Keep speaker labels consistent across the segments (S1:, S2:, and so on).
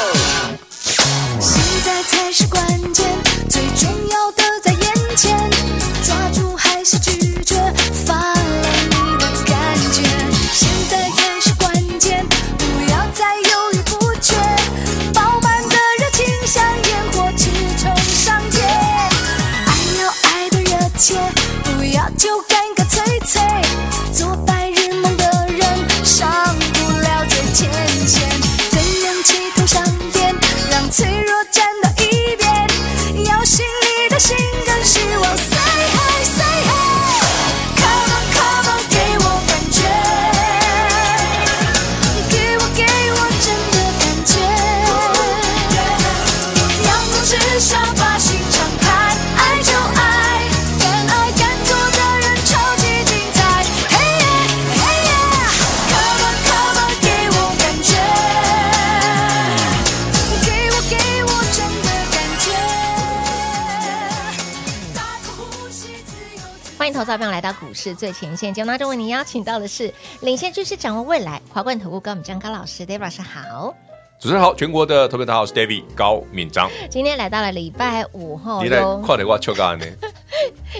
S1: Eh, 现在才是关键，最重要的在眼前，抓住还是拒绝，发了你的感觉。现在才是关键，不要再犹豫不决，饱满的热情像烟火气冲上天。爱要爱的热切，不要就干干脆脆，做白日梦的人上不了最前线。怎样齐头上天，让脆弱站到一边，要心里的心跟希望 say hi say hi，come on come on，给我感觉。给我给我真的感觉，阳光之下把心敞开，爱就爱，敢爱敢做的人超级精彩。嘿耶嘿耶，Come on Come on，给我感觉，给我给我真的感觉，大口呼吸，自由自在。
S2: 欢迎投资者朋友来到股市最前线节目当中，为您邀请到的是领先趋势、掌握未来华冠投顾高敏章高老师，David 老师好。
S3: 主持人好，全国的特别大家好，我是 David 高敏章。
S2: 今天来到了礼拜五后，
S3: 你在
S2: 有
S3: 快点我 秋干呢？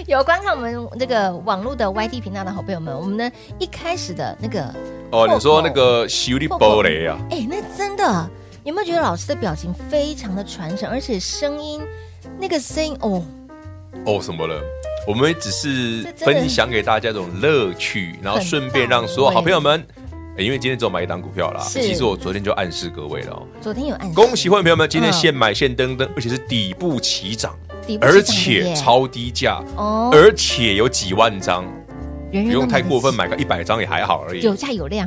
S2: 有观看我们这个网络的 YT 频道的好朋友们，我们呢一开始的那个
S3: 哦，你说那个修理波雷啊？
S2: 哎、那真的，有没有觉得老师的表情非常的传神，而且声音那个声音哦，
S3: 哦，什么了？我们只是
S2: 这真的
S3: 分享给大家一种乐趣，然后顺便让所有好朋友们，哎诶因为今天只有买一档股票啦。
S2: 是
S3: 其实我昨天就暗示各位了哦，
S2: 昨天有暗示
S3: 恭喜会员朋友们，今天
S2: 嗯
S3: 现买现登登，而且是底部起涨，
S2: 底部起涨
S3: 而
S2: 耶
S3: 且超低价，
S2: 哦，
S3: 而且有几万张，
S2: 人
S3: 不
S2: 人都
S3: 用太
S2: 买得
S3: 过分，
S2: 起
S3: 买个一百张也还好而已。
S2: 有价有量，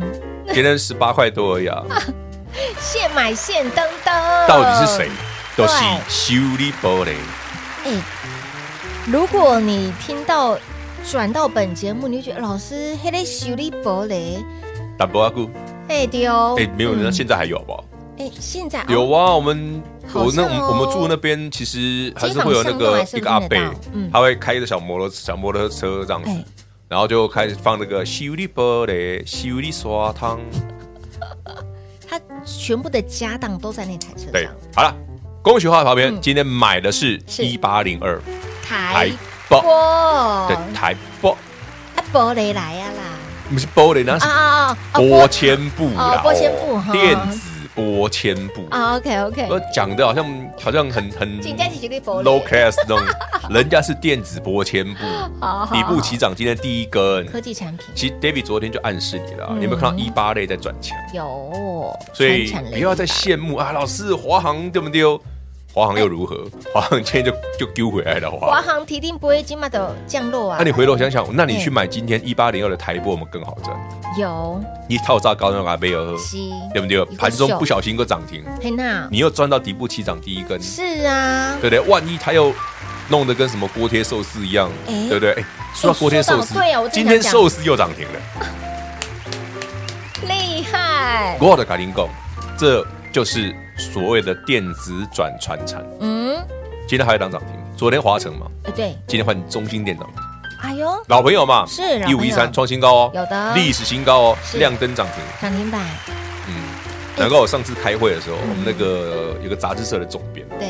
S3: 今天十八块多而已啊，
S2: 现买现登登，
S3: 到底是谁？？都是
S2: 对
S3: 修理波雷。
S2: 哎、如果你听到转到本节目，你就觉得老师黑嘞修理博嘞，
S3: 打波阿姑，
S2: 哎丢，
S3: 哎、没有，那
S2: 嗯
S3: 现在还有好不好？
S2: 哎、现在
S3: 有啊，我们
S2: 好
S3: 我那
S2: 像
S3: 我们
S2: 哦
S3: 我们住那边，其实还是
S2: 街坊
S3: 会有那
S2: 巷弄
S3: 个
S2: 还是
S3: 一个阿
S2: 听
S3: 伯
S2: 得到嗯，
S3: 他会开着小摩托小摩托车这样子
S2: 哎，
S3: 然后就开始放那个修理波嘞，修理刷汤。
S2: 他全部的家当都在那台车
S3: 对
S2: 上，，
S3: 好了，恭喜花旁边
S2: 嗯
S3: 今天买的是
S2: 是
S3: 一八零二
S2: 台
S3: 北，
S2: 波
S3: 对台北，
S2: 啊博雷来呀啦，
S3: 不是波雷，那
S2: 啊
S3: 是
S2: 啊啊啊，
S3: 波千步
S2: 哦
S3: 啦，
S2: 波千步
S3: 哦
S2: 哈
S3: 电子波千步
S2: 啊 OK
S3: 我
S2: OK，
S3: 讲的好像好像很很
S2: 请假期绝对博雷
S3: low class 那种，人家是电子波千步
S2: 好好，
S3: 底部起涨，今天第一根。
S2: 科技产品
S3: 其实 David 昨天就暗示你了啊，
S2: 嗯
S3: 你有没有看到一八类在转强？
S2: 有，
S3: 所以
S2: 传产
S3: 不
S2: 雷
S3: 要再
S2: 达
S3: 羡慕啊，老师华航对不对？哦华航又如何？
S2: 哎
S3: 华航今天就就丢回来了，华
S2: 华
S3: 航。
S2: 航铁定不会今晚的降落啊，
S3: 啊那你回头想想，那你
S2: 嗯
S3: 去买今天一八零二的台波，我们更好赚。
S2: 有
S3: 你套炸高那个贝尔，
S2: 西
S3: 对不对哦
S2: 一个？
S3: 盘中
S2: 秀
S3: 不小心个涨停，
S2: 佩娜
S3: 你又赚到底部起涨第一根，
S2: 是啊，
S3: 对不对？万一他又弄得跟什么锅贴寿司一样，
S2: 哎
S3: 对不对？哎，说到锅贴寿司
S2: 说到对啊我，正
S3: 今
S2: 想
S3: 天
S2: 讲
S3: 寿司又涨停了。
S2: 厉害，
S3: 我的卡林讲，这就是所谓的电子转传产。
S2: 嗯，
S3: 今天还有一档涨停，昨天华城嘛，
S2: 呃对，
S3: 今天换中心电涨停，
S2: 哎呦，
S3: 老朋友嘛，
S2: 是老朋
S3: 一
S2: 友
S3: 五一三创新高哦，
S2: 有的
S3: 历史新高哦，
S2: 是
S3: 亮灯涨停。
S2: 涨停板，
S3: 嗯，难怪我上次开会的时候，我们那个有个杂志社的总编，
S2: 对，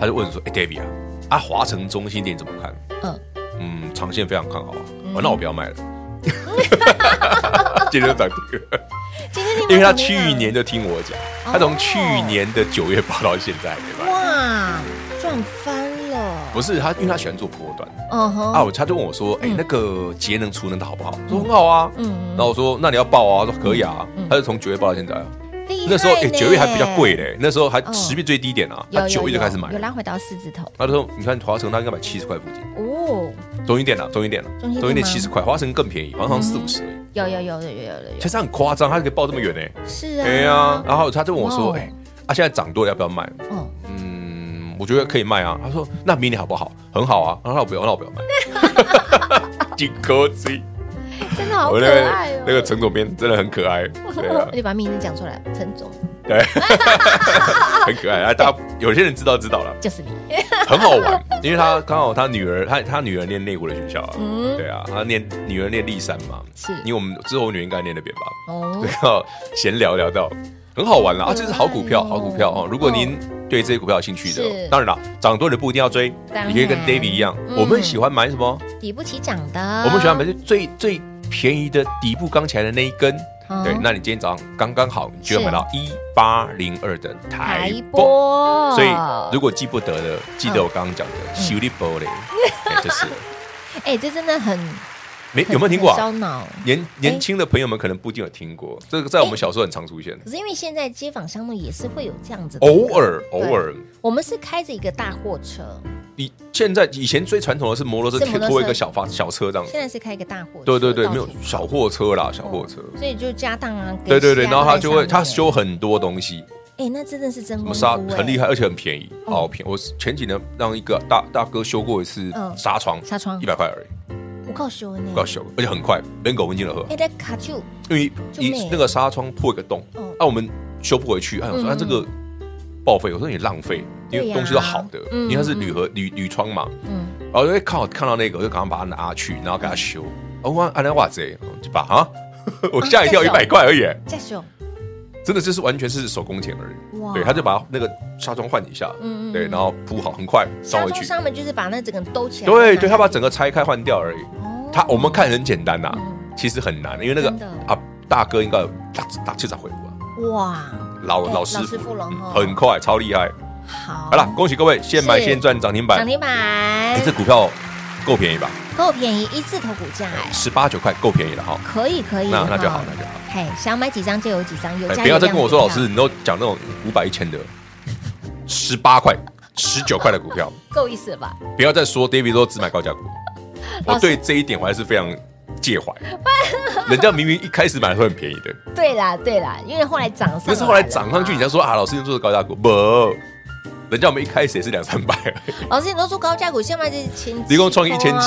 S3: 他就问说：“哎，David 啊，啊华城中心店怎么看？”
S2: 嗯，
S3: 嗯，长线非常看好啊，哦，那我不要卖了。 今天就涨停了，
S2: 今天你们
S3: 因为他
S2: 怎么
S3: 去
S2: 样
S3: 年就听我讲，
S2: 哦
S3: 他从去年的九月报到现在，对吧？
S2: 哇赚翻了，
S3: 不是他，因为他喜欢做波段
S2: 嗯
S3: 啊，
S2: 哼，
S3: 我他就问我说，哎，那个节能储能的好不好？我说很好啊，
S2: 嗯
S3: 嗯，那我说那你要报啊，我说可以啊，他就从九月报到现在啊，
S2: 厉害
S3: 那时候哎
S2: 呢
S3: 九月还比较贵，嘞，那时候还
S2: 嗯
S3: 十月最低点啊，
S2: 有
S3: 他九月就开始买
S2: 有有
S3: 了，
S2: 拉回到四字头
S3: 他就说你看华城他应该买七十块附近，
S2: 哦，
S3: 中一电脑，中一电脑
S2: 中一电，吗嗯
S3: 中一电七十块，华晨更便宜，华晨四五十而已，
S2: 有有有有有有有
S3: 其实它很夸张，它可以报这么远呢。
S2: 有，是啊，
S3: 哎呀，然后他就问我说
S2: 哇哦：“
S3: 哎，啊，现在涨多了，要不要卖
S2: 哦，？”
S3: 嗯，我觉得可以卖啊。他说：“那明年好不好？很好啊。”然后我不要，那我不要卖。 金科技，
S2: 真的好可
S3: 我那
S2: 爱
S3: 个
S2: 哦，
S3: 那个陈总编真的很可爱，对啊
S2: 而，且把名字讲出来，陈总
S3: 对，很可爱。啊，大家有些人知道知道了，
S2: 就是你，
S3: 很好玩，因为他刚好他女儿，他他女儿念内湖的学校啊，
S2: 嗯
S3: 对啊，他念女儿念立山嘛，
S2: 是
S3: 因为我们之后我女儿应该念那边吧，
S2: 哦
S3: 对，啊，闲聊聊到很好玩啦，啊，这是好股票，
S2: 好可爱哦
S3: 好股票哦。如果您对这些股票有兴趣
S2: 是
S3: 的，当然啦，涨多的不一定要追
S2: 当，然
S3: 你可以跟 David 一样，
S2: 嗯啊
S3: 我们喜欢买什么？
S2: 底不起涨的，
S3: 我们喜欢买最最便宜的底部刚起来的那一根
S2: 嗯。
S3: 对，那你今天早上刚刚好，你就会
S2: 是
S3: 买到一八零二的台
S2: 台
S3: 波。
S2: 波，嗯
S3: 所以如果记不得的，记得我刚刚讲的修理玻璃，哎就是
S2: 哎，这真的很
S3: 没
S2: 很
S3: 有没有听过
S2: 很 烧
S3: 啊？
S2: 脑？
S3: 年年轻的朋友们可能不一定有听过，这个在我
S2: 哎
S3: 们小时候很常出现，
S2: 可是因为现在街坊巷弄也是会有这样子的，
S3: 偶尔偶
S2: 对
S3: 尔。
S2: 我们是开着一个大货车，
S3: 你现在以前最传统的是摩托车
S2: 是摩托车
S3: 拖一个小发小车这样
S2: 现
S3: 子，
S2: 在是开一个大货车，
S3: 对对对，
S2: 到
S3: 没有
S2: 处
S3: 小货车啦，小货车。
S2: 所以就家当啊，给
S3: 对对对，
S2: 下
S3: 然后他就会
S2: 都在
S3: 他
S2: 上面，
S3: 修很多东西，
S2: 哎，那真的是真
S3: 什
S2: 功
S3: 么
S2: 夫
S3: 刹
S2: 哎，
S3: 很厉害，而且很便宜，
S2: 哦
S3: 好便宜。我前几年让一个大大哥修过一次
S2: 嗯
S3: 纱窗，
S2: 纱窗
S3: 一百块而已，
S2: 我告诉你
S3: 不，要修，而且很快，连狗文进了喝。
S2: 哎，那卡住，
S3: 因为
S2: 就
S3: 一
S2: 没
S3: 那个纱窗破一个洞啊
S2: 嗯，
S3: 那我们修不回去，哎，我
S2: 嗯
S3: 说啊这个报废，我说你浪费，因
S2: 对
S3: 为
S2: 呀
S3: 东西都好的，
S2: 嗯
S3: 因为它是铝合铝铝窗嘛，
S2: 嗯，
S3: 然后就哎靠看到那个，我就赶快把它拿去，然后给它修。哦，我按那哇塞，就把啊， 我吓一跳，
S2: 啊这
S3: 一
S2: 样
S3: 百块而已，
S2: 再修，
S3: 真的就是完全是手工钱而已。
S2: 哇
S3: 对，他就把那个纱窗换一下，
S2: 嗯嗯
S3: 对，
S2: 嗯
S3: 然后铺好，很快装
S2: 沙
S3: 回
S2: 中
S3: 去。
S2: 上面就是把那整个兜起来，
S3: 对对，
S2: 拿
S3: 他把整个拆开换掉而已。
S2: 哦
S3: 他我们看很简单呐啊
S2: 嗯，
S3: 其实很难，因为那个
S2: 真的
S3: 啊大哥应该有打打七彩回啊。
S2: 哇，
S3: 老
S2: 哎
S3: 老师
S2: 老
S3: 傅
S2: 师傅了哦
S3: 很快，超厉害。
S2: 好，
S3: 好了，，恭喜各位，现买
S2: 是
S3: 现赚涨停板
S2: 涨。停板
S3: 哎，这股票够便宜吧？
S2: 够便宜，一次投股价哎，
S3: 十八九块够便宜了哈。
S2: 可以可以，
S3: 那那就好
S2: 哈
S3: 那就好。
S2: 嘿，想买几张就有几张，有
S3: 哎，
S2: 价
S3: 不要
S2: 有
S3: 再
S2: 量
S3: 跟我
S2: 有
S3: 说老
S2: 价
S3: 师，你都讲那种五百一千的，十八块、十九块的股 票，
S2: 够意思了吧？
S3: 不要再说 David 都只买高价股。
S2: 老师
S3: 我对这一点我还是非常介怀。人家明明一开始买的时候很便宜 的，
S2: 对啦对啦，因为后来涨上，
S3: 可是后来涨上去，你才说啊，老师你做的高价股，不，人家我们一开始也是两三百 而已。
S2: 老师，你都说高价股，现在就是千，啊
S3: 你共创一千七，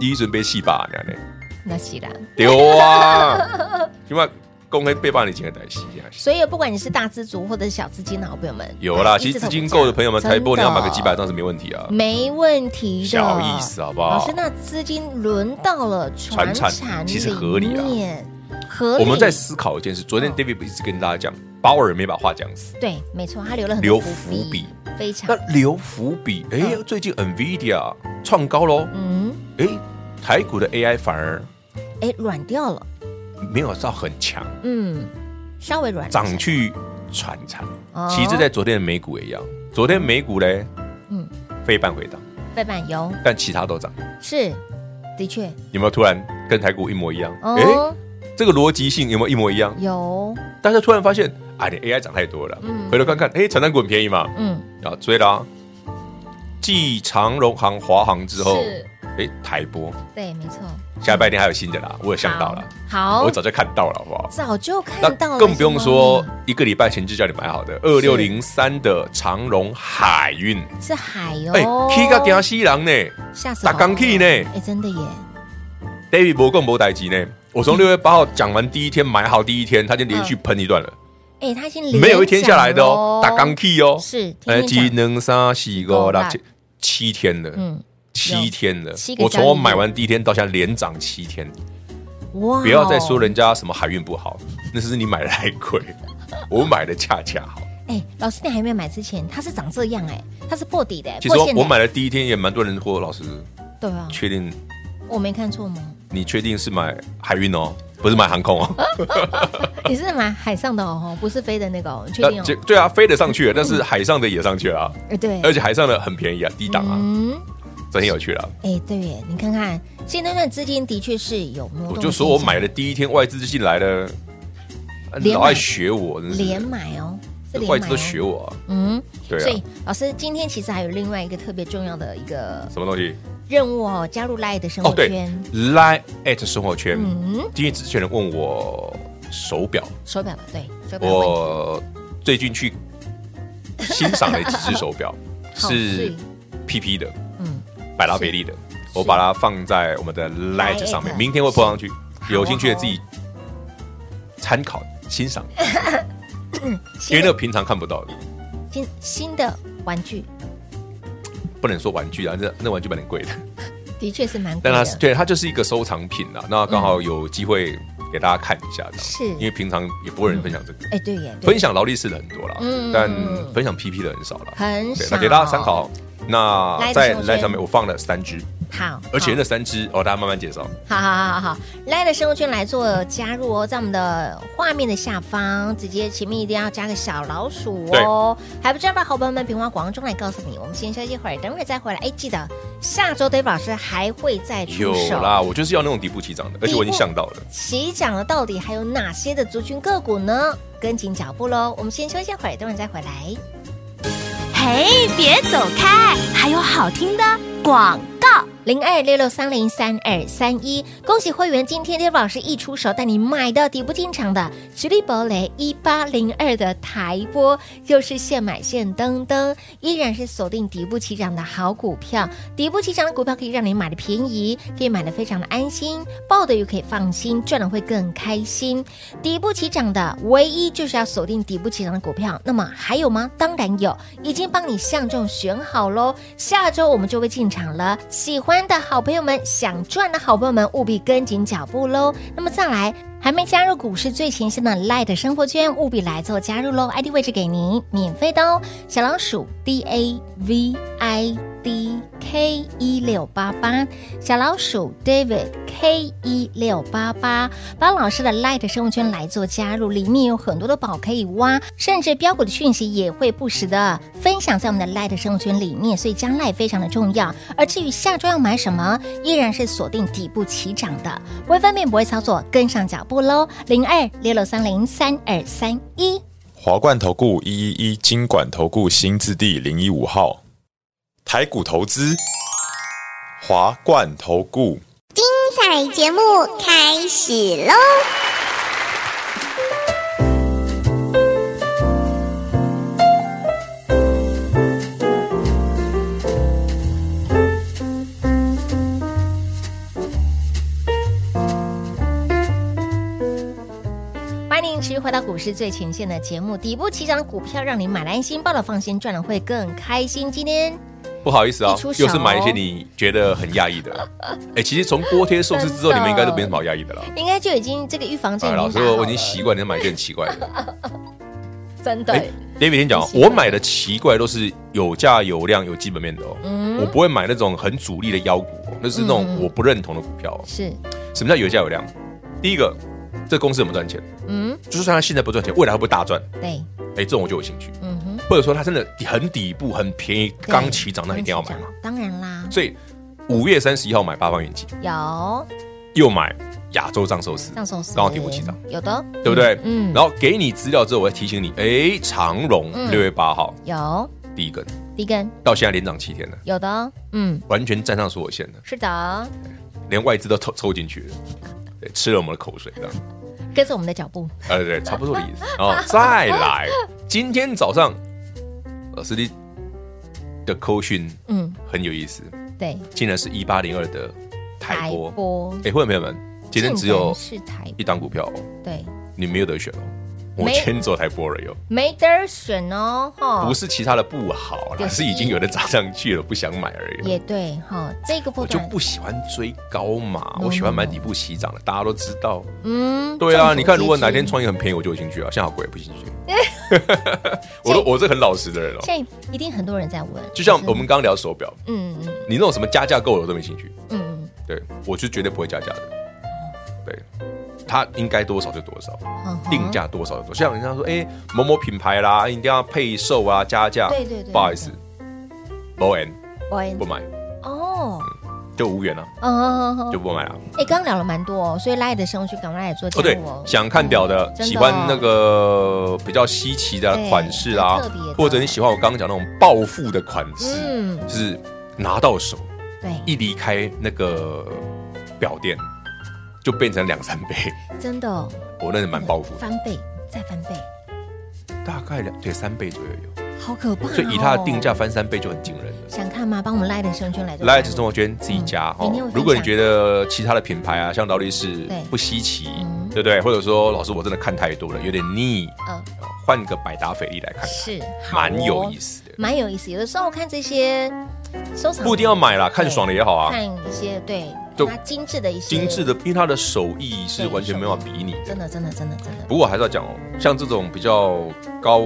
S3: 你准备戏吧，娘嘞，
S2: 那是啦。
S3: 对啊！起码公开背叛你几个代戏啊？
S2: 所以不管你是大资族或者是小资金的好朋友们，哎
S3: 有啦，
S2: 一
S3: 其
S2: 直投
S3: 实资
S2: 股
S3: 金
S2: 价
S3: 够的朋友们，台波你要买个几，百
S2: 真
S3: 张是没问题啊
S2: 的。没问题的。
S3: 小意思好不好
S2: 老师，那资金轮到了传
S3: 传
S2: 产，
S3: 产其实合理啊，
S2: 合理。
S3: 我们在思考一件事，昨天
S2: 嗯
S3: David 不一直跟大家讲，鲍尔没把话讲死。
S2: 对，没错，他留了很
S3: 留
S2: 多伏
S3: 伏笔，
S2: 非常
S3: 那留伏笔，哎，最近 Nvidia 创高喽，
S2: 嗯，
S3: 哎，台股的 AI 反而
S2: 哎，软掉了，
S3: 没有到很强，
S2: 嗯，稍微软了一
S3: 涨
S2: 下
S3: 去传产
S2: 哦。
S3: 其实，在昨天的美股也一样，昨天美股嘞，
S2: 嗯
S3: 嗯，非半回档，
S2: 哦背板油
S3: 但其他都涨。
S2: 是的确
S3: 有没有突然跟台股一模一样？哎、
S2: 哦，
S3: 这个逻辑性有没有一模一样？
S2: 有
S3: 大家突然发现，哎，你 AI 涨太多了，
S2: 嗯
S3: 回头看看，哎，成单股很便宜嘛，
S2: 嗯
S3: 啊，追啦、继长荣行、华航之后
S2: 是，
S3: 哎，台波，
S2: 对，没错，
S3: 下半年还有新的啦，我有想到了，
S2: 好，
S3: 我
S2: 早
S3: 早就看到了，好不好？
S2: 早就看到
S3: 那
S2: 了，
S3: 更不用说
S2: 是吗
S3: 一个礼拜前就叫你买好的二六零三的长荣海运，
S2: 是海哟，
S3: 哎，K 个惊西郎呢，
S2: 吓死
S3: 打
S2: 我
S3: 钢 K
S2: 了，
S3: 呢。
S2: 哎，真的耶，
S3: David 博共博代机呢？我
S2: 嗯
S3: 从六月八号讲完第一天，买好第一天，他就连续喷一段了，
S2: 哎，他已嗯经连
S3: 没有一天下来的哦，
S2: 讲
S3: 打
S2: 了
S3: 钢 key 哦，
S2: 是，
S3: 哎，
S2: 天
S3: 技
S2: 天讲，
S3: 能三四
S2: 五六
S3: 五六七七天了，
S2: 嗯，
S3: 七天了
S2: 七，个
S3: 我
S2: 交易
S3: 从
S2: 日
S3: 我买完第一天到现在连涨七天，
S2: 哇，哦
S3: 不要再说，人家什么海运不好，那是你买的太 贵，我买的恰恰好。
S2: 哎，老师你还没有买之前，它是长这样哎，它是破底的，
S3: 其实
S2: 破
S3: 我
S2: 线的
S3: 我买，的第一天也蛮多人说，老师
S2: 对啊，
S3: 确定
S2: 我没看错 吗？
S3: 你确定是买海运哦，不是买航空哦？
S2: 你是买海上的哦，不是飞的那个哦，你确
S3: 那
S2: 定哦
S3: 这？对啊，飞得上去了，但是海上的也上去了啊。
S2: 哎，对，
S3: 而且海上的很便宜啊，低档啊，
S2: 嗯。
S3: 这很有趣啦。
S2: 哎，对耶，你看看，现在那资金的确是有挪动
S3: 我
S2: 的
S3: 就说我
S2: 现象
S3: 买的第一天外资就进来了，啊
S2: 连买
S3: 老爱学我，真是
S2: 连买哦，是连买、哦、
S3: 外资都学我啊。
S2: 嗯，
S3: 对
S2: 所
S3: 啊
S2: 以，老师今天其实还有另外一个特别重要的一个
S3: 什么东西？
S2: 任务哦，加入 Lie 的生
S3: 哦
S2: 活
S3: 对
S2: 圈，
S3: ，Line at 生活圈，
S2: 嗯，
S3: 今天之前人问我手表，
S2: 手表吧，对，手表问题
S3: 我最近去欣赏了几只手 表，
S2: 好
S3: 是
S2: 所以
S3: PP 的，
S2: 嗯，
S3: 百达翡丽的，我把它放在我们的 Light
S2: Lite
S3: 上面，
S2: 上
S3: 明天会播上去，
S2: 好
S3: 有兴趣的
S2: 哦
S3: 自己参考欣赏，
S2: 啊
S3: 因
S2: 新
S3: 为那
S2: 的
S3: 个平常看不到的，
S2: 新新的玩具
S3: 不能说玩具啊，那那玩具蛮 贵的，
S2: 的确是蛮贵
S3: 但
S2: 的，
S3: 它是对它就是一个收藏品啊，那刚
S2: 嗯
S3: 好有机会给大家看一下，这样
S2: 是
S3: 因为平常也不会有人分享这个。
S2: 哎，对耶，对
S3: 分享劳力士的很多啦，
S2: 嗯
S3: 但分享 PP 的很少啦。
S2: 很
S3: 对，
S2: 少，
S3: 那给大家参。考。那在
S2: 来的时候
S3: Line
S2: 先
S3: 上面我放了三支，
S2: 好，
S3: 而且
S2: 好
S3: 那三支哦，大家慢慢介绍。
S2: 好好好好好，来的生活圈来做加入哦，在我们的画面的下方，直接前面一定要加个小老鼠哦。还不知道的好朋友们，平花广告中来告诉你。我们先休息一会儿，等会儿再回来。哎，记得下周 Dave 老师还会再出
S3: 有
S2: 哎手。
S3: 啦，我就是要那种底部起涨的，而且我已经想到了。
S2: 起涨的到底还有哪些的族群个股呢？跟紧脚步喽，我们先休息一会儿，等会儿再回来。
S4: 嘿，别走开，还有好听的广告。
S2: 零二六六三零三二三一。恭喜会员，今天 d a 老师一出手带你买到底部进场的吉利堡垒一八零二的台波，又是现买现登登，依然是锁定底部起涨的好股票。底部起涨的股票可以让你买的便宜，可以买的非常的安心，抱的又可以放心，赚的会更开心。底部起涨的唯一就是要锁定底部起涨的股票。那么还有吗？当然有，已经帮你相中选好喽。下周我们就会进场了。喜欢的好朋友们，想赚的好朋友们，务必跟紧脚步喽。那么再来。还没加入股市最前线的 Light 生活圈，务必来做加入喽！ID 位置给您，免费的哦。小老鼠 D A V I D K 一六八八，小老鼠 David K 一六八八，把老师的 Light 生活圈来做加入，里面有很多的宝可以挖，甚至标股的讯息也会不时的分享在我们的 Light 生活圈里面，所以将来非常的重要。而至于下周要买什么，依然是锁定底部起涨的，不会分辨，不会操作，跟上脚步喽！零二六六三零三二三一。
S5: 华冠投顾一一一金管投顾新字第零一五号，台股投资，华冠投顾。
S6: 彩节目开始喽！
S2: 欢迎您持续回到股市最前线的节目，底部起涨股票让你买了安心，抱了放心，赚了会更开心。今天
S3: 不好意思啊
S2: 一出，手哦
S3: 又是买一些你觉得很压抑的。 哎，其实从锅贴寿司之后，
S2: 真的
S3: 你们应该都没什么好压抑的了。
S2: 应该就已经这个预防针
S3: 哎，
S2: 已
S3: 老
S2: 经
S3: 师，
S2: 打好
S3: 我
S2: 了，
S3: 我已经习惯你买一些很奇怪的。
S2: 真的
S3: 哎，David 先讲哦，
S2: 习惯
S3: 我买的奇怪都是有价有量有基本面的哦，
S2: 嗯
S3: 我不会买那种很主力的妖股哦，那是那种我不认同的股票哦。
S2: 是
S3: 什么叫有价有量？第一个，这公司有没有赚钱？
S2: 嗯
S3: 就算它现在不赚钱，未来会不会大赚？
S2: 对
S3: 哎，这种我就有兴趣。
S2: 嗯哼，
S3: 或者说它真的很底部、很便宜，
S2: 对
S3: 刚起涨，那一定要买嘛。，
S2: 刚起涨当然啦，
S3: 所以五月三十一号买八方元金，
S2: 有
S3: 又买亚洲藏寿司，
S2: 上寿司，
S3: 刚好底部起涨，
S2: 有的
S3: 对不对？
S2: 嗯
S3: 然后给你资料之后，我会提醒你，哎，长荣
S2: 嗯
S3: 六月八号
S2: 有
S3: 第一根，
S2: 第一根
S3: 到现在连涨七天了，
S2: 有的，嗯
S3: 完全站上所有线了，
S2: 是的，
S3: 连外资都抽抽进去了。对，吃了我们的口水的，
S2: 跟着我们的脚步，
S3: 呃，对，差不多的意思。然后再来，今天早上老师的的扣讯
S2: 嗯
S3: 很有意思，
S2: 对，
S3: 竟然是一八零二的台波，
S2: 波
S3: 哎，会员朋友们，今天只有
S2: 竟然是台
S3: 一档股票、哦，
S2: 对，
S3: 你没有得选哦。我
S2: 没
S3: 牵走台波了哟，
S2: 没得选哦，哈，
S3: 不是其他的不好
S2: 对
S3: 啦，是已经有的涨上去了，不想买而已。
S2: 也对哈，这个
S3: 我
S2: 波
S3: 就
S2: 段
S3: 不喜欢追高嘛，
S2: No,
S3: 我喜欢
S2: no,
S3: 买
S2: no
S3: 底部起涨的，大家都知道。
S2: 嗯，
S3: 对啊，
S2: 众所
S3: 你看，如果
S2: 皆
S3: 哪
S2: 知
S3: 天创业很便宜，我就有兴趣啊。现在好贵，不兴趣。 我都我是很老实的人哦，
S2: 现在一定很多人在问，
S3: 就像
S2: 是
S3: 我们刚刚聊手表，
S2: 嗯嗯
S3: 你那种什么加价购，我都没兴趣。
S2: 嗯哦
S3: 对，我是绝对不会加价的。对，它应该多少就多少。
S2: 嗯嗯，
S3: 定价多少有多少，像人家说，哎、某某品牌啦，一定要配售啊，加价。
S2: 对对对
S3: 不好意思 b o n
S2: 喂
S3: 不买，
S2: 哦，
S3: 就无缘了、啊
S2: 嗯嗯嗯
S3: 就
S2: 嗯，
S3: 不买了。啊
S2: 哎，刚刚聊了蛮多，哦，所以赖的生活去赶快来做
S3: 哦，
S2: 加
S3: 对
S2: 入哦，，
S3: 想看屌的，
S2: 真的哦
S3: 喜欢那个比较稀奇的
S2: 哎对
S3: 款式啊
S2: 很特别的，
S3: 或者你喜欢我刚刚讲那种暴富的款式，
S2: 嗯
S3: 就是拿到手
S2: 对，
S3: 一离开那个表店，就变成两三倍，
S2: 真的哦，
S3: 我那是蛮报复的，
S2: 翻倍再翻倍，
S3: 大概两对三倍左右有，
S2: 好可怕哦！
S3: 所以以它的定价翻三倍就很惊人了。
S2: 想看吗？帮我们拉一点生圈来就
S3: 来，
S2: 看
S3: 只生活圈自己加
S2: 哦嗯
S3: 哦
S2: 明天我。分享
S3: 如果你觉得其他的品牌啊，像劳力士
S2: 对
S3: 不稀奇
S2: 嗯，
S3: 对不对？或者说老师我真的看太多了，有点腻，
S2: 嗯
S3: 换个百达翡丽来看看，
S2: 是好
S3: 蛮
S2: 哦
S3: 有意思的。
S2: 蛮有意思。有的时候我看这些收藏，
S3: 不一定要买啦，看爽了也好啊。
S2: 看一些对，
S3: 就
S2: 它精致的一些
S3: 精致，的，因为它的手艺是完全没有办法比拟
S2: 真
S3: 的。
S2: 的真的真的真的
S3: 不过我还是要讲哦，像这种比较高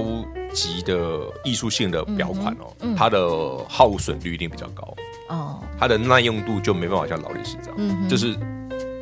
S3: 级的艺术性的表款哦，
S2: 嗯
S3: 它的耗损率一定比较高，
S2: 哦，
S3: 它的耐用度就没办法像劳力士这
S2: 嗯哼
S3: 样。就是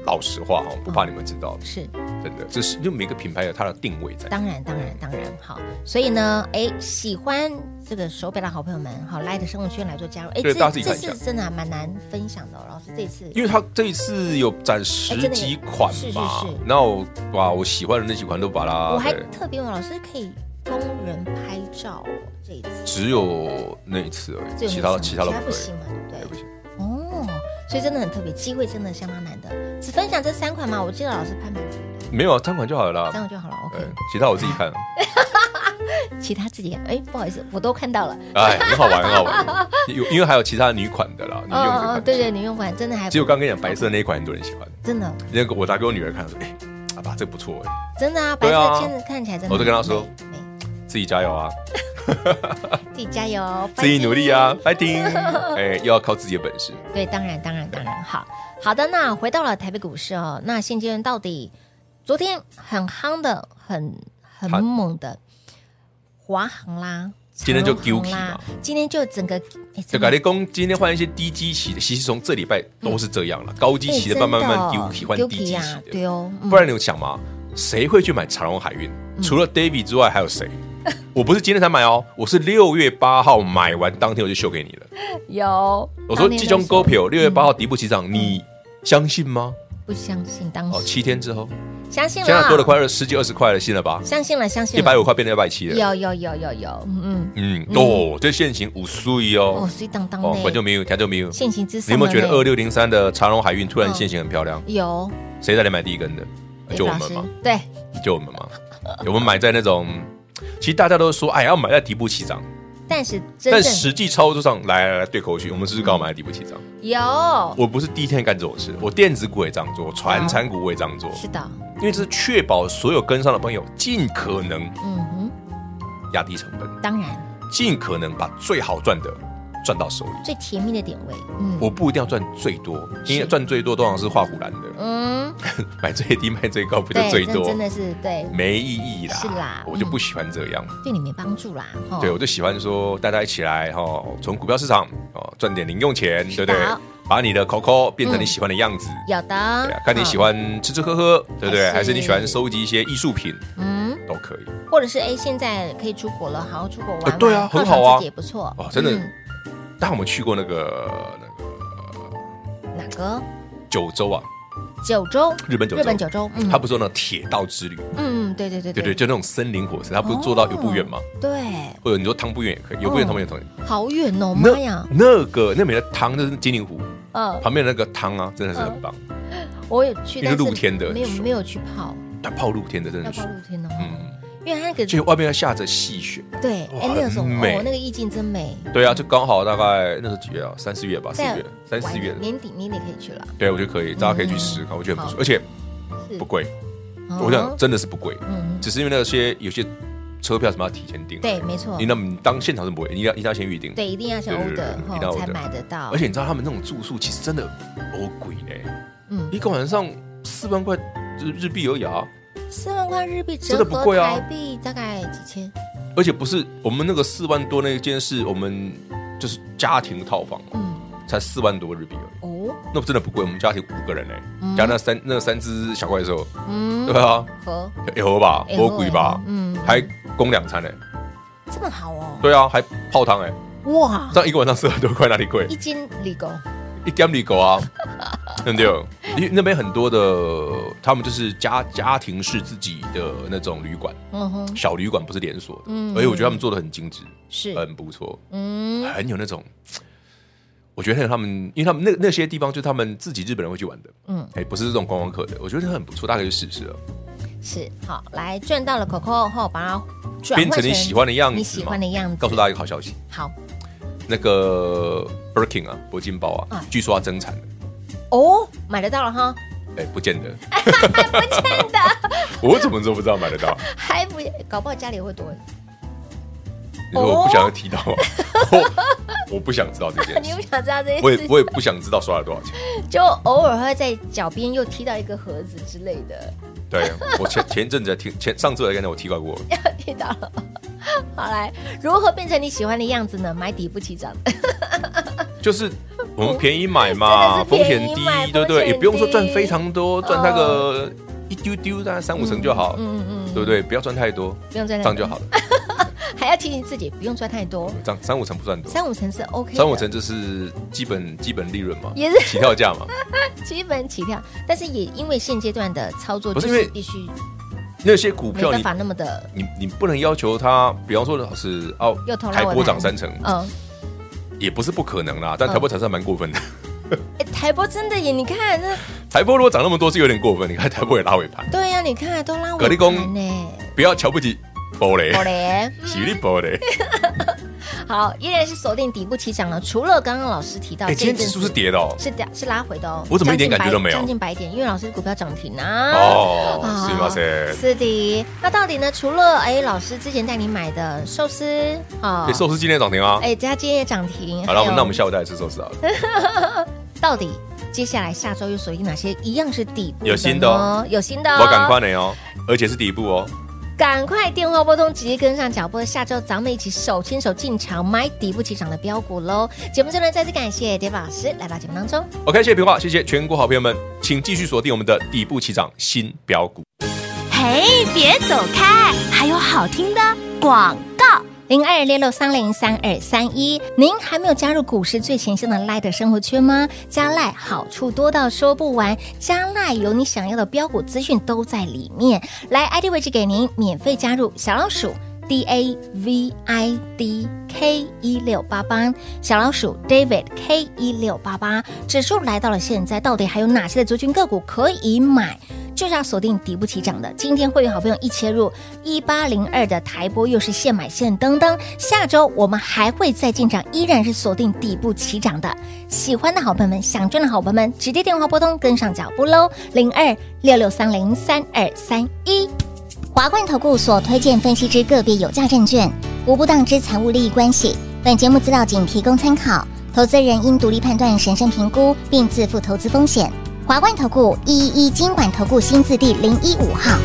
S3: 老实话哦，不怕你们知道，
S2: 是
S3: 真的，这是就每个品牌有它的定位在。
S2: 当然当然当然好。所以呢，哎，喜欢这个手表的好朋友们，好来的生活圈来做加入。哎，
S3: 对大家
S2: 这
S3: 自己
S2: 这
S3: 看一下
S2: 次真的还蛮难分享的哦，老师这次
S3: 因为它这一次有展十几款
S2: 哎真的耶
S3: 嘛
S2: 是是是，
S3: 那我把我喜欢的那几款都把
S2: 我
S3: 它
S2: 还
S3: 啊对
S2: 特别问老师可以供人拍照哦，这一次
S3: 只有那一次而
S2: 这有
S3: 已，其
S2: 没有
S3: 他
S2: 什么
S3: 的其他的
S2: 其他
S3: 不
S2: 不
S3: 可
S2: 行
S3: 以，
S2: 嘛，对
S3: 对
S2: 不
S3: 不
S2: 对？
S3: 行。
S2: 哦，所以真的很特别，机会真的相当难得。只分享这三款嘛，我记得老师拍满
S3: 没有啊，三款就好了哎啦。
S2: 三个就好了。OK，
S3: 对，其他我自己 看。
S2: 其他自己看哎，不好意思，我都看到了。
S3: 哎，很好玩，很 好玩。有因为还有其他女款的啦，女用的款式。
S2: 哦对对，你用完真的还不
S3: 其实我刚跟你讲，白色那一款很多人喜欢。
S2: 真的啊
S3: 那个我拿给我女儿看，说：“哎，阿爸这不错哎，
S2: 真的啊，白
S3: 对啊
S2: 色圈子看起来真的很美。
S3: 我就跟她说
S2: 美，
S3: 自己加油啊，
S2: 自己加油，
S3: 自己努力啊，fighting！哎， 又要靠自己的本事。
S2: 对，当然，当然，当然，好好的。那回到了台北股市哦，那现阶段到底昨天很夯的、很很
S3: 夯
S2: 猛的华航啦，
S3: 今天就
S2: 长荣航
S3: guilty
S2: 啦
S3: 嘛，
S2: 今天就整个哎，
S3: 就
S2: 真的
S3: 改立工今天换一些低基期的，其实从这礼拜都是这样了，高基
S2: 哎
S3: 期的
S2: 真
S3: 慢慢慢
S2: 的
S3: 慢丢起，换低
S2: guilty
S3: 基
S2: 啊
S3: 期
S2: 对
S3: 的。
S2: 哦，嗯
S3: 不然你有想嘛，谁会去买长荣海运？除了 David 之外，还有谁？ 我不是今天才买哦，我是六月八号买完当天我就秀给你了。
S2: 有
S3: 我说
S2: 当年
S3: 这种
S2: 的时
S3: 股
S2: 候
S3: 票六月八号底部起
S2: 嗯
S3: 涨，你相信吗？
S2: 不相信当
S3: 哦，
S2: 时，
S3: 七天之后，
S2: 相信了，
S3: 现在多了快二十几二十块了，信了吧？
S2: 相信了，相信
S3: 一
S2: 了，
S3: 百五块变成一百七了。
S2: 啊有有有有有，嗯嗯，
S3: 嗯，哦，这现行五碎
S2: 哦，
S3: 哦，
S2: 所以当当
S3: 哦，
S2: 嘞
S3: 管就没有，看就没有。
S2: 现行之上，
S3: 你有没有觉得二
S2: 六
S3: 六零三的长荣海运突然
S2: 嗯
S3: 现行很漂亮？
S2: 有？
S3: 谁带你买第一根的？就我
S2: 嗯老
S3: 们
S2: 师
S3: 嘛，
S2: 对，
S3: 就我们嘛。我们买在那种，其实大家都说，哎，要买在底部起涨，
S2: 但是真
S3: 但
S2: 正
S3: 实际操作上，来来来，对口气，我们是不是刚好买在底部起涨？
S2: 嗯有，
S3: 我不是第一天干这种事，我电子股也这样做，传产股我也这样做，
S2: 是的，
S3: 因为这是确保所有跟上的朋友尽可能
S2: 嗯哼，
S3: 压低成本，
S2: 当然
S3: 尽可能把最好赚的赚到手里。
S2: 最甜蜜的点位，嗯
S3: 我不一定要赚最多，因为赚最多通常是画虎兰的，
S2: 嗯，
S3: 买最低卖最高不就
S2: 对，
S3: 最
S2: 这
S3: 多
S2: 真？的是对，
S3: 没意义啦，
S2: 是啦嗯
S3: 我就不喜欢这样。
S2: 对你没帮助啦，哦
S3: 对，我就喜欢说大家一起来哈，哦从股票市场哦赚点零用钱，对
S2: 是
S3: 不对
S2: 的？
S3: 把你的 COCO 变成
S2: 嗯
S3: 你喜欢的样子，
S2: 有的
S3: 对啊，，看你喜欢吃吃喝喝，对不对？
S2: 还
S3: 还
S2: 嗯啊是
S3: 是你喜欢收集一些艺术品
S2: 哦，嗯，
S3: 都可以。
S2: 或者是哎，现在可以出国了，好好出国玩玩，
S3: 呃对啊
S2: 犒赏
S3: 很好啊
S2: 自己也不错，
S3: 哦真的
S2: 嗯
S3: 但我们去过那个那个
S2: 哪个
S3: 九州啊，
S2: 九州，
S3: 日本九州，
S2: 日本九州，嗯
S3: 他不是说那种铁道之旅，
S2: 嗯，对哦对对
S3: 对对，就那种森林火车，他不是坐到游步园吗？
S2: 对，
S3: 或者你说汤不远也可以，游步园、汤不远同意。
S2: 哦好远哦，妈呀
S3: 那，那个那边的汤就是金陵湖
S2: 嗯，
S3: 旁边的那个汤啊，真的是很棒，
S2: 我有去，
S3: 一个
S2: 但是
S3: 露天的
S2: 没有
S3: 很爽
S2: 没有去泡，
S3: 它泡露天的真
S2: 嗯要
S3: 的
S2: 泡
S3: 是，
S2: 露天哦，
S3: 嗯，
S2: 因为它那个
S3: 就外面要下着细雪。
S2: 对，
S3: 哇
S2: 哎，那个时候
S3: 很美
S2: 哦，那个意境真美，
S3: 对啊，就刚好大概那时候几月啊？三四月吧，四
S2: 在
S3: 月，三四月
S2: 晚。年底年底可以去了，
S3: 对，我觉得可以，大家可以去试试看，我觉得很不错，而且
S2: 是
S3: 不贵。
S2: 嗯
S3: 我想真的是不贵，
S2: 嗯，
S3: 只是因为那些有些车票什么要提前订。啊
S2: 对，，没错
S3: 你，那你当现场是不会，你要一定要先预定。
S2: 对，一定要想
S3: 对
S2: order
S3: 对对对一定要
S2: 哦才
S3: order
S2: 买得到，
S3: 而且你知道他们那种住宿其实真的好贵呢，
S2: 嗯，
S3: 一个晚上四万块日日币而已啊，
S2: 四万块日币折
S3: 真的不
S2: 合
S3: 贵啊
S2: 台币大概几千，
S3: 而且不是我们那个四万多那一间是我们就是家庭套房，啊
S2: 嗯，
S3: 才四万多日币啊而已，
S2: 哦，
S3: 那真的不贵。我们家庭五个人
S2: 嗯
S3: 呢，加那三那三只小怪兽，
S2: 嗯，
S3: 对啊，
S2: 和
S3: 也合吧，
S2: 哎
S3: 魔鬼吧，
S2: 嗯
S3: 还供两餐呢，欸
S2: 这么好哦，
S3: 对啊，还泡汤哎，
S2: 哇，
S3: 这样一个晚上四万多块哪里 贵
S2: 一？斤里狗，
S3: 一 g a m 狗啊，对不对？因为那边很多的，他们就是家家庭式自己的那种旅馆，
S2: 嗯哼，
S3: 小旅馆不是连锁的，
S2: 嗯
S3: 而且我觉得他们做的很精致，
S2: 是，
S3: 很不错，
S2: 嗯，
S3: 很有那种我觉得他们，因为他们那那些地方就是他们自己日本人会去玩的，
S2: 嗯
S3: 嗯，哎，不是这种观光客的，我觉得很不错，大家可以试试了。
S2: 是好来赚到了 Coco 后，把它转
S3: 变
S2: 换
S3: 成你喜欢的样子
S2: 啊
S3: 嘛，啊
S2: 你喜欢的样子
S3: 告诉大家一个好消息，
S2: 好
S3: 那个 Birkin 啊，铂金包啊，
S2: 嗯
S3: 据说要增产了，
S2: 哦，买得到了哈，
S3: 哎、不见得，
S2: 不见得，
S3: 我怎么都不知道买得到？
S2: 还不搞不好家里会多，
S3: 你
S2: 哦
S3: 说我不想要提到吗？我我不想知道这 件
S2: 你
S3: 事
S2: 不，想知道这
S3: 我
S2: 件事，
S3: 也我也不想知道刷了多少钱。
S2: 就偶尔会在脚边又踢到一个盒子之类的，
S3: 对啊我前前一阵子还提前上次我还跟我提到过，
S2: 踢到了。 好来，如何变成你喜欢的样子呢？买底部起涨的，
S3: 就是我们便宜买嘛，
S2: 真
S3: 风
S2: 的是便
S3: 险
S2: 宜
S3: 低
S2: 买，
S3: 对
S2: 风
S3: 不
S2: 险
S3: 对？也不用说赚
S2: 低
S3: 非常多，赚那个一丢丢，大概三五成就好，
S2: 嗯嗯嗯
S3: 对不对？不要赚太多，
S2: 不用赚太多
S3: 这样就好了。
S2: 还要提醒自己不用赚太多，
S3: 这样三五成不算多，
S2: 三五成是 OK，的
S3: 三五成就是基本基本利润 嘛，
S2: 也是
S3: 起跳价嘛。
S2: 基本起跳，但是也因为现阶段的操作
S3: 不
S2: 就是是
S3: 因为
S2: 必须
S3: 那些股
S2: 没
S3: 票
S2: 办
S3: 你
S2: 法那么的，
S3: 你你不能要求它，比方说老师哦
S2: 又投，了
S3: 台
S2: 我
S3: 波
S2: 来
S3: 涨三成，
S2: 嗯。
S3: 也不是不可能啦，但台波涨三蛮过分的。
S2: 哎，台波真的耶！你看，那
S3: 台波如果涨那么多是有点过分，你看台波也拉尾盘，
S2: 对呀、啊你看都拉我
S3: 格力公
S2: 盘呢，
S3: 不要瞧不起波雷
S2: 好，嘞。
S3: 喜力波雷。
S2: 好，依然是锁定底部起涨了。除了刚刚老师提到，
S3: 哎，今天
S2: 这一阵
S3: 指
S2: 子
S3: 数是跌的哦。
S2: 是的，是拉回的哦。
S3: 我怎么一点
S2: 将近
S3: 感觉都没有
S2: 百将近百点，因为老师的股票涨停啊。
S3: 哦，
S2: 啊
S3: 是吗？塞，
S2: 是的，那到底呢？除了哎，老师之前带你买的寿司啊
S3: 哎，，寿司今天涨停啊。
S2: 哎，这家今天也涨停。
S3: 好了，我们那我们
S2: 下
S3: 下午再来吃寿司啊。
S2: 到底接下来下周又锁定哪些一样是底部呢？
S3: 有新的哦
S2: 有新的哦，
S3: 我赶快呢哦，而且是底部哦。
S2: 赶快电话拨通，直接跟上脚步。下周咱们一起手牵手进场买底部起涨的标股喽！节目最后呢，再次感谢 David 老师来到节目当中。
S3: OK，谢谢平话，谢谢全国好朋友们，请继续锁定我们的底部起涨新标股。
S4: 嘿，别走开，还有好听的广告。
S2: 零二六六三零三二三一。您还没有加入股市最前线的 Light 的生活圈吗？加 Light 好处多到说不完，加 Light 有你想要的标股资讯都在里面。来 ID 位置给您免费加入小老鼠 D A V I D K 一六八八，小老鼠 David K 一六八八。指数来到了现在，到底还有哪些的族群个股可以买？就是要锁定底部起涨的。今天会员好朋友一切入一八零二的台波，又是现买现登登。下周我们还会再进场，依然是锁定底部起涨的。喜欢的好朋友们，想赚的好朋友们，直接电话拨通，跟上脚步喽，零二六六三零三二三一。
S6: 华冠投顾所推荐分析之个别有价证券，无不当之财务利益关系。本节目资料仅提供参考，投资人应独立判断、审慎评估，并自负投资风险。华冠投顾一一一金管投顾新字第零一五号。